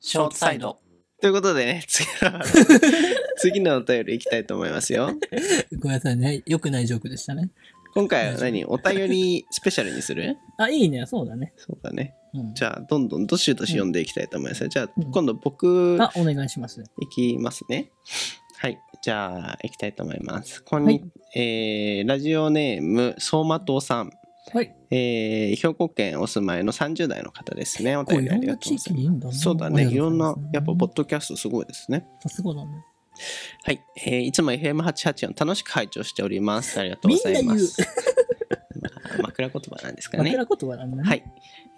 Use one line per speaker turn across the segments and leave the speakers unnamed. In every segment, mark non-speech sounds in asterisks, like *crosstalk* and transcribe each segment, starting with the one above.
ショートサイド。
ということでね、 *laughs* 次の次のお便りいきたいと思いますよ。
*laughs* ごめんなさいね。良くないジョークでしたね。
今回は
*laughs*
何お便りスペシャルにする
あ、いいね。そうだね。
そうだね。
うん、
じゃあ、どんどんどしどし読んでいきたいと思います。じゃあ
うん、
今度僕、
あ、お願いします。
いきますね。はい。じゃあ、いきたいと思います。こんに、えーラジオネーム、相馬灯さん。
はい。
えー兵庫県お住まいの30代の方ですね。お
こう
便
い
りあ
ろん
りが
な
とうござ
地
い
域
ます。
にいるんだね。
そうだ
あ
ね。
り
い
がと
ろん
ござ
な
ます、
やっぱ、ポッドキャストすごいですね。
さすがだね。
はい。えーいつも FM884 楽しく拝聴しております。ありがとうございます。まあ枕言葉なんですかね。
枕言葉なんだね。
はい。、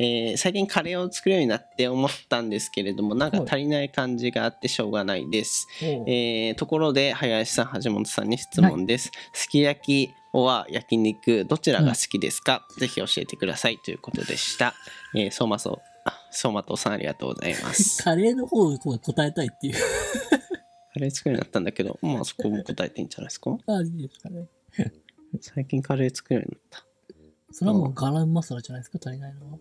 えー最近カレーを作るようになって思ったんですけれどもなんか足りない感じがあってしょうがないです、
おう
えーところで林さん橋本さんに質問です、すき焼きは焼肉どちらが好きですか、ぜひ教えてくださいということでした、えー、相馬そうあ相馬とさんありがとうございます
*laughs* カレーの方をこう答えたいっていう。
カレー作るようになったんだけどまあそこも答えていいんじゃないですか
あ、いいですかね。
最近カレー作るようになった
それはもうガラムマサラじゃないですか、足りないのは。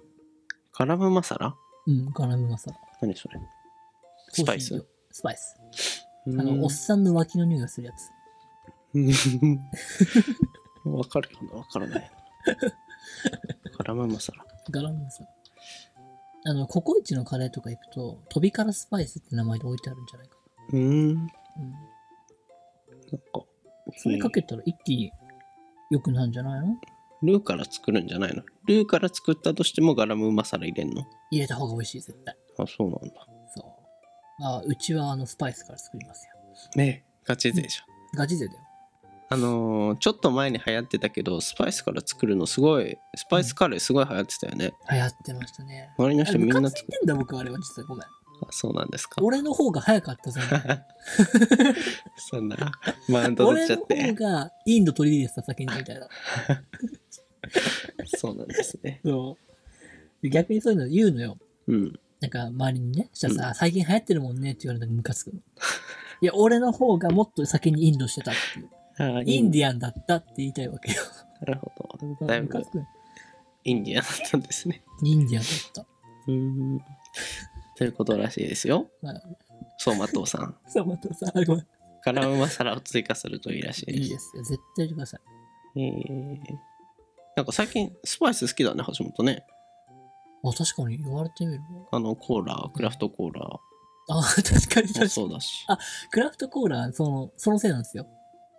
ガラムマサラ
うん、ガラムマサラ。
何それスパイ
香
ス
辛料スパイス。
あ
あの、おっさんの脇の匂いがするやつ。
うん *laughs* わかるよな、わから
*laughs*
ない。カラムマサラ。
ガラムマサラ。あの、ココイチのカレーとか行くと、飛びからスパイスって名前で置いてあるんじゃないか
うーん。なんか
な。うん。それかけたら一気に良くなるんじゃないの
ルーから作るんじゃないのルーから作ったとしてもガラムマサラ入れんの
入れた方が美味しい、絶対。
あ、そうなんだ。
そう。あうちはあのスパイスから作りますよ。
ねえ、ガチ勢じゃん。
ガチ勢だよ。
あのーちょっと前に流行ってたけど、スパイスから作るのすごい、スパイスカレーすごい流行ってたよね。
流行ってましたね。
周りの
あ
人
れ、
み
ム
ん
カ
な
つい
作
てんだ、僕、あれは実は。ごめん。
あ、そうなんですか。
俺の方が早かったぞ。
*laughs* そんな、マウント取っ
俺
ちゃ
の
っ
方
て。
がインド取り入れてた先にみたいな。
そうなんですね。
そう。逆にそういうの言うのよ。
うん。
なんか周りにね。したらさ、最近流行ってるもんねって言われたらムカつくの。いや、俺の方がもっと先にインドしてたっていう。
あ
インデ
ィ
ィアンだったって言いたいわけよ。
アなるほど。だい
ムカ
ぶ
つくの
インディアンだったんですね。
インディアンだっ
うーんということらしいですよ。
た。はい
相馬灯さん。
*laughs* さあ、またさ、ごめん。
カラムマサラを追加するといいらしいです。
いいですよ。絶対やってください。
えーなんか最近スパイス好きだね、橋本ね。
あ、確かに言われてみる
あのコーラ、クラフトコーラも
わ。あ、確かに確かに。
そうだし。
クラフトコーラ、その、そのせいなんですよ。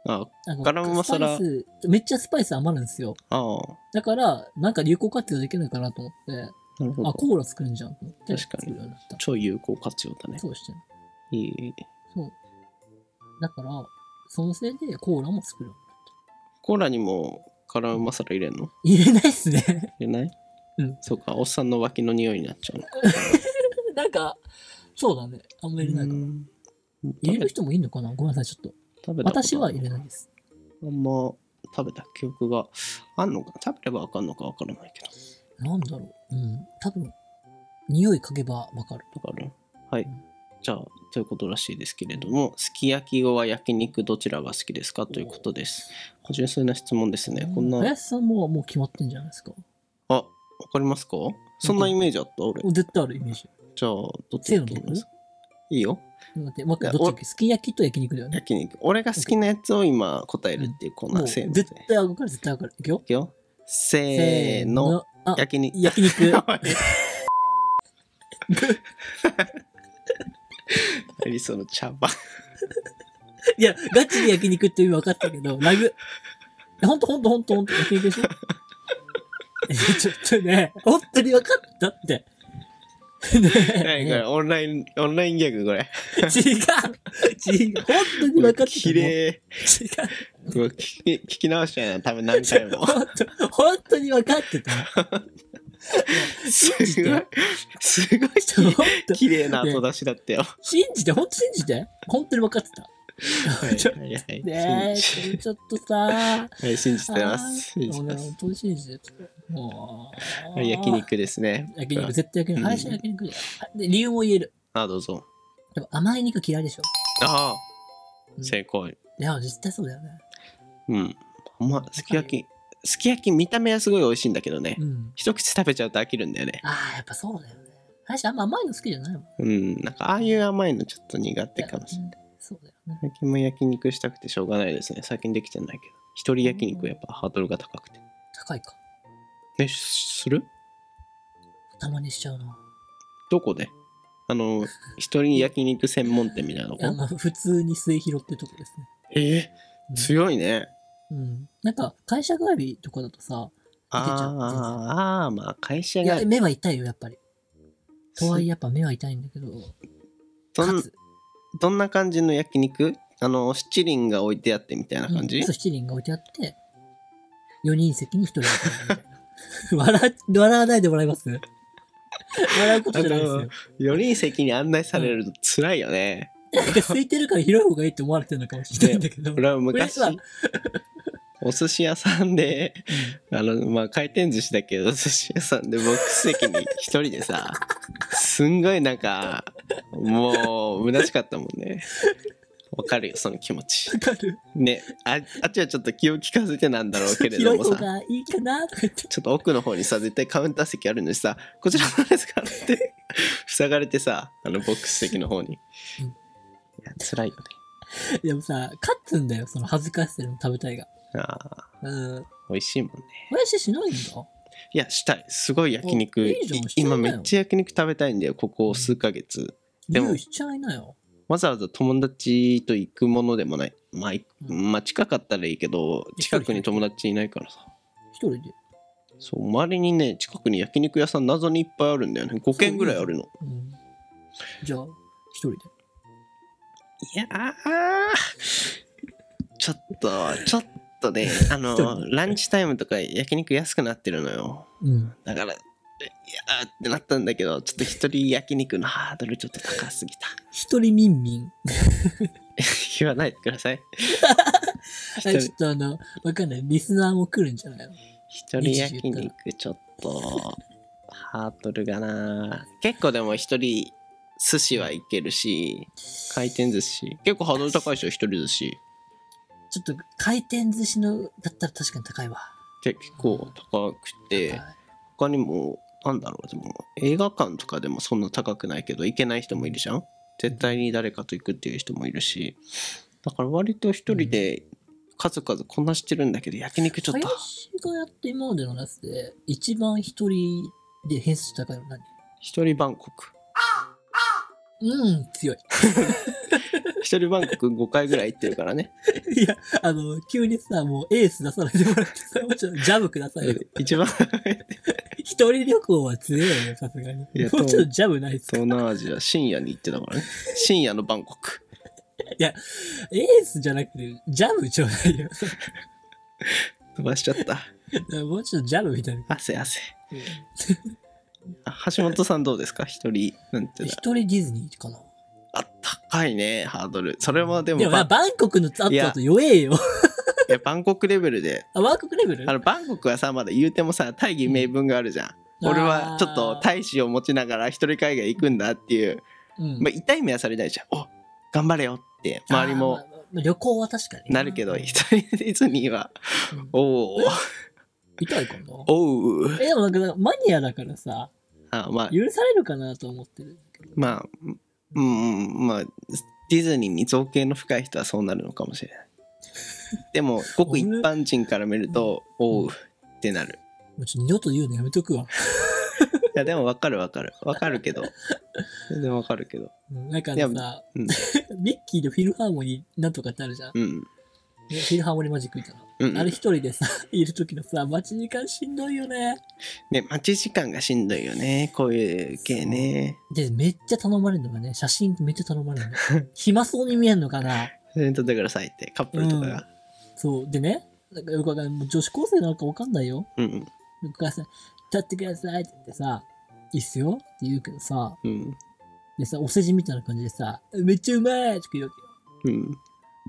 あ
あの
ガラムマサラ
スパイスめっちゃスパイス余るんですよ。
あー、
だから、なんか有効活用できないかなと思って、
なるほ
あ、
ど。
コーラ作るんじゃんと思って、
確かに
作るようになった。
超有効活用だね。
そうしてる。
いい
そう。だから、そのせいでコーラも作るよ
コーラにもカラムマサラ入れんの
うになった。入れないっすね。
入れない
うん
そうか、おっさんの脇の匂いになっちゃうのか。
なんか、そうだね。あんま入れないから。
うん
入れる人もいいのかなごめんなさい、ちょっと。
食べたことある
私は入れないです。
あんま食べた記憶があんのか食べればわかんのかわからないけど。
なんだろう。うん。多分、匂い嗅げばわかる。
わかるはい
うん。
じゃあ、ということらしいですけれども、すき焼き後は焼肉どちらが好きですかということです。純粋な質問ですね。こんな、あ、わ
林さんももう決まってんじゃないですか。
かりますかそんなイメージあった俺。
絶対あるイメージ。
じゃあ、どっちがいますかいいよ。
待って、もう一回どっちだっけすき焼きと焼肉だよね。
焼肉。俺が好きなやつを今答えるっていうコーナ
も
ー。
う
せーので。
絶対あるから絶対あるから。いくよ
い。くよ。せーの。。
あ、
焼肉。
焼肉。
*laughs* *laughs* 何その茶番。
いや、ガチで焼肉って意味分かったけど、ラグ。いやほんとほんとほんとほんと、焼肉でしょいやちょっとね、本当に分かったって。ねえ
何これ、オンライン、オンラインギャグこれ。
違う違う本当に分かった
綺麗。
違う
うわ聞き聞き直したよな、多分何回も。
*laughs* 本当、本当に分かって
*laughs*
た。
す
信じて
ごい、すごい
ちょっと、
き綺麗な後出しだったよ。
信じて、本当信じて。本当に分かって
は
た。ちょ
い、はい、はい。
ねえ、
信じ
ちょっとさ。
はい、信じてます。
あー
信じて
俺
ま
本
す。
当に信じてた。もう。
はい焼。肉ですね。
焼肉、絶対焼
う
肉。
ん
林は焼肉だよ。で、理由も言える。
あ、どうぞ。
でも甘い肉嫌いでしょ。
あ
う
あ、
ん
成功。
いや、絶対そうだよね。
うん。ほんま、すき焼き。すき焼き見た目はすごい美味しいんだけどね
う。ん。
一口食べちゃうと飽きるんだよね。
ああ、やっぱそうだよね。林あんま甘いの好きじゃないもん。
うん、なんかああいう甘いのちょっと苦手かもしれない。
うんそうだよね。
最近も焼肉したくてしょうがないですね。最近できてないけど。一人焼肉はやっぱハードルが高くて。
高いか。
え、しする
たまにしちゃうな。
どこであの、一人焼肉専門店みたいなの
いや、まあ、普通に末広ってとこですね。
ええ
うん
強いね。
うん。なんか、会社帰りとかだとさ、
あ
けちゃう
あ、ああ、まあ会社
い
が
や、。目は痛いよ、やっぱり。とはいえ、やっぱ目は痛いんだけど、
ど
か
ん
つ、
どんな感じの焼肉あの、七輪が置いてあってみたいな感じ、
うんそう、七輪が置いてあって、4人席に1人がいるみたいな笑っ。笑わないでもらえます笑うことじゃないです
あ
よ
の。4人席に案内されると辛いよね。
なんか空いてるから広い方がいいって思われてるのかもしれないんだけど。
俺は昔
俺は、
*laughs* お寿司屋さんで、あの、まあ、回転寿司だけど、寿司屋さんでボックス席に一人で
*laughs*
さ、すんごいなんか、もう、虚しかったもんね。わかるよ、その気持ち。
わかる。
ね、ああっちはちょっと気を利かせてなんだろうけれど
広い
も
方
さ、
がいいかなとか言って。
ちょっと奥の方にさ、絶対カウンター席あるのにさ、こちらなんですか
*laughs*
って、塞がれてさ、あのボックス席の方に。い
うん
や、辛いよ
でもさ、勝つんだよ、その恥ずかしさでも食べたいが。
ね。ああ、
うん。
美味しいもんね。
林しないんだ。
いや、したい。すごい焼肉。
おいいじゃん
い
してんだ
今
よ
めっちゃ焼肉食べたいんだよ、ここ数ヶ月。でも
匂いしちゃいなよ。
わざわざ友達と行くものでもない。まあ、いまあ、近かったらいいけど、近くに友達いないからさ。
一人で。
そう、周りにね、近くに焼肉屋さん謎にいっぱいあるんだよね。5軒ぐらいあるの。
うん。じゃあ、一人で。
いやー、 *laughs* ちょっと、ちょっと
*laughs*
ね、あ
一人
の、ランチタイムとか焼肉安くなってるのよ。
うん。
だから、いやーってなったんだけど、ちょっと一人焼肉のハードルちょっと高すぎた。
一人みんみん。
言わないでくださ *laughs* い。
あ
一
ちょ
人
っとあの、わかんない。リスナーも来るんじゃないの
一人焼肉ちょっとハードルがな結構でも一人寿司はいけるし回転寿司結構ハードル高いでしょ一人寿司
ちょっと回転寿司のだったら確かに高いわ。
って結構高くて
はい
他にもなんだろうでも映画館とかでもそんな高くないけど行けない人もいるじゃん絶対に誰かと行くっていう人もいるしだから割と一人で数々こなしてるんだけど焼肉ちょっと
林がやって今までのやつで、一番一人で変数高いの何
一人バンコク
うん、強い。
一人バンコク5回ぐらい行ってるからね
いや、あの、急にさ、もうエース出さないでもらってさ、もうちょっとジャブくださいよ。
*laughs* 一番
一人旅行は強いよ、さすがに。も
いや
うちょっとジャブないっすか
東南アジア深夜に行ってたからね深夜のバンコク
エースじゃなくて、ジャブちょうだいよ。
飛ばしちゃった
もうちょっとジャブみたいな。
汗汗あ橋本さんどうですか一人なんていうの
一人ディズニーかな。
あ高いねハードルそれもでも
でもまあ、
バ
バンコクの後
いや
だと弱えよ。
いやバンコクレベルで
あ、バンコクレベル
あのバンコクはさまだ言うてもさ大義名分があるじゃん俺はちょっと
あー
大使を持ちながら一人海外行くんだっていう、
うん
まあ、痛い目はされないじゃんお頑張れよって周り
あ
も
ーまあまあ旅行は確かに。
なるけど
うん
一人ディズニーは
うん
おお
痛いかな。
おう
え、でもなんかマニアだからさ、
あまあ
許されるかなと思ってる。
まあ、うんうん、まあ、ディズニーに造形の深い人はそうなるのかもしれない。でも、ごく一般人から見ると、 *laughs* おうってなる。
もうちょっと二度と言うのやめとくわ。
いや、でも分かる分かる。分かるけど。全然分かるけど。
うんなんかあの
い
さ、
うん
ミッキーのフィルハーモニーなんとかってあるじゃん。ね
うん。
フィルハーモニーマジックみたいな。
うん、
あれ一人でさ、 *laughs* いる時のさ、待ち時間しんどいよね。
ね、待ち時間がしんどいよね。こういう系ね。
で、めっちゃ頼まれるのがね、写真めっちゃ頼
*laughs*
まれるの。暇そうに見えんのかな。。
それに撮ってくださいって、カップルとかが。そう
でね、なんかよくわかんない。もう女子高生なんかわかんないよ。
うん。うん
よくわかんない立ってくださいって言ってさ、いいっすよって言うけどさ、
うん。
でさ、お世辞みたいな感じでさ、めっちゃうまいとか言うわけよ。
うん。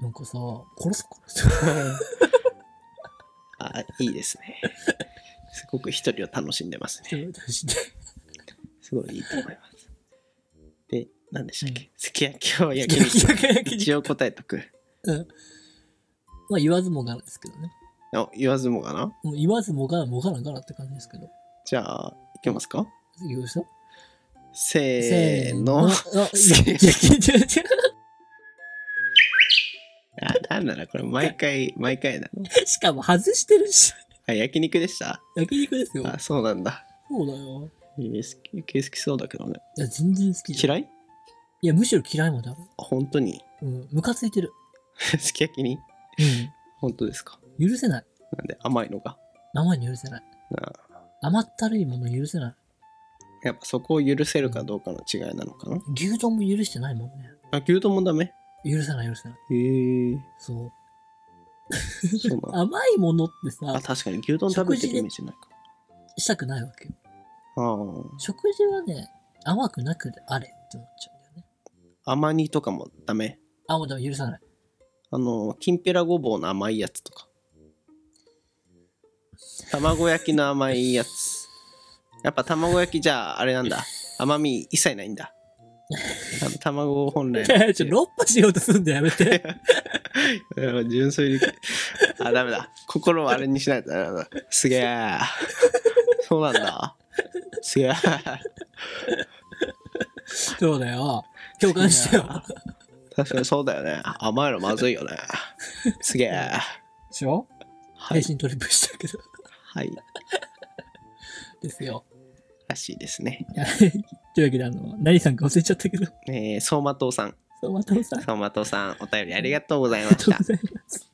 なんかさ、殺す殺す。
*laughs* あ、いいですね。すごく一人を楽しんでますね。
出して
すごいいいと思います。 *laughs* で、何でしたっけ、すき焼きを焼き
い
*laughs* 肉。
やいやいやいや
一応答えとく。
うん。まあ言わずもがなですけどね。
あ言わずもがな
もう言わずもがなもがながなって感じですけど。
じゃあ、いけますか
次言うでしょ
せーの。
せーの
*laughs* あ、なんだろう、これ毎 *laughs* 回、毎回なの。
しかも外してるし。
あ、焼肉でした
焼肉ですよ。
あ、そうなんだ。
そうだよ。
えー好き焼き好きそうだけどね。
いや、全然好きじゃん。
嫌い
いや、むしろ嫌いまである。
あ本当に。 *laughs*
うん。ムカついてる。
すき焼きに本当ですか。
うん。許せない。
なんで甘いのが。
生に許せない。
あ
甘ったるいもの許せない。
やっぱそこを許せるかどうかの違いなのかな。
牛丼も許してないもんね。
あ、牛丼もダメ
許せない、許せない。
へえ。 *laughs*
そう。
そうなんだ。
甘いものって
あ、
さ、
確かに牛丼食べてるイメージないか。
したくないわけよ。
あ
食事はね、甘くなくであれって思っちゃうんだよね。
あ。甘煮とかもダメ。
あ、もうでも許さない。
あの、きんぴらごぼうの甘いやつとか。卵焼きの甘いやつ。やっぱ卵焼きじゃあ、あれなんだ。甘み一切ないんだ。あの卵本来 *laughs* の
*laughs* ちょ、論破しようとすんだやめて。
*laughs* うん純粋に。あ、ダメだ。心をあれにしないとダメだ。すげえ。そうなんだ。すげえ。
そうだよ。共感してよ。
確かにそうだよね。甘いのまずいよね。すげえ。
でしょ
は
配
い。
信トリップしたけど。
はい。
ですよ。
らしいですね。
はい *laughs* というわけで、あの、何さんか忘れちゃったけど、
えー、相馬灯さん。
そう、またおさん、あ
相馬灯さん、お便りありがとうございま
りが
し
とう
た
ご。ざいます。